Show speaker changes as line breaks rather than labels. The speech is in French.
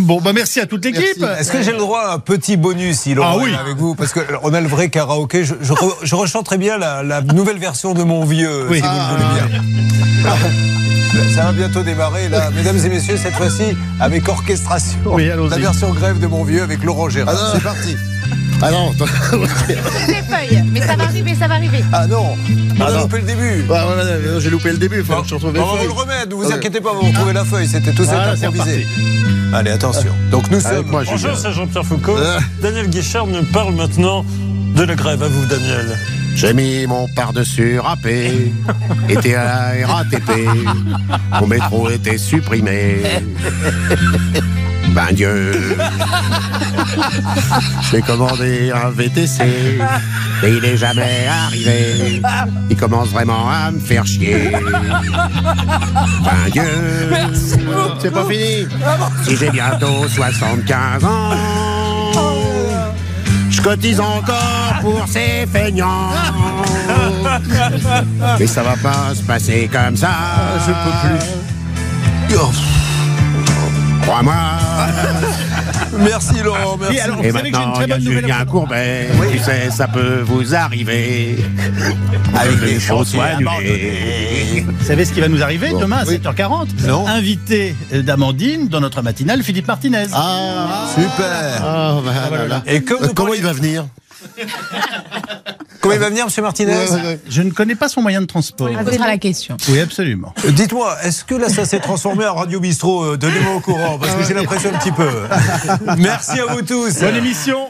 Bon, bah merci à toute l'équipe.
Est-ce que j'ai le droit à un petit bonus, il
Ah oui.
avec vous Parce qu'on a le vrai karaoké. Je, je, re- je rechante très bien la, la nouvelle version de Mon Vieux,
Oui.
si vous le voulez bien. Ça va bientôt démarrer, là. Mesdames et messieurs, cette fois-ci, avec orchestration.
Oui, allons-y.
La version grève de Mon Vieux avec Laurent Gérard.
Ah non.
C'est parti.
Ah non, attends.
les feuilles. Mais ça va arriver, ça va arriver.
Ah non On a
non.
loupé le début.
Bah,
Ouais, ouais, ouais, ouais, j'ai loupé le début, il fallait que je retrouve les
Bon, on va
feuilles.
vous le remettre, ne vous
Ok.
inquiétez pas, vous retrouvez la feuille, c'était tout
Voilà,
cet
Ah, c'est
improvisé. Allez, attention. Donc nous
Avec
sommes.
moi, Julien.
Bonjour, c'est Jean-Pierre Foucault.
Euh.
Daniel Guichard nous parle maintenant de la grève. À vous, Daniel.
J'ai mis mon par-dessus râpé, était à la RATP, mon métro était supprimé. Ben Dieu J'ai commandé un VTC, mais il est jamais arrivé. Il commence vraiment à me faire chier. Ben Dieu C'est pas fini Si j'ai bientôt 75 ans je cotise encore pour ces feignants. Mais ça va pas se passer comme ça. Je peux plus. Crois-moi.
Merci Laurent, merci.
Et alors, Ah, vous
Et
savez que j'ai une
maintenant,
très
il y a
bonne nouvelle. à
Julien
vous-
Courbet. Tu sais, ça peut vous arriver.
Avec
Que
des
les choses soient
chansons
annulées.
Vous savez ce qui va nous arriver demain à 7h40
Non.
Invité d'Amandine dans notre matinale, Philippe Martinez.
Ah,
Super.
ah, bah, là, là.
Et comme
Euh,
nous
Comment
parlions-
il va venir
Comment il va venir, Monsieur Martinez
Je ne connais pas son moyen de transport.
On posera la question.
Oui, absolument.
Euh, Dites-moi, est-ce que là ça s'est transformé en Radio Bistrot euh, Donnez-moi au courant, parce que j'ai l'impression un petit peu. Merci à vous tous.
Bonne émission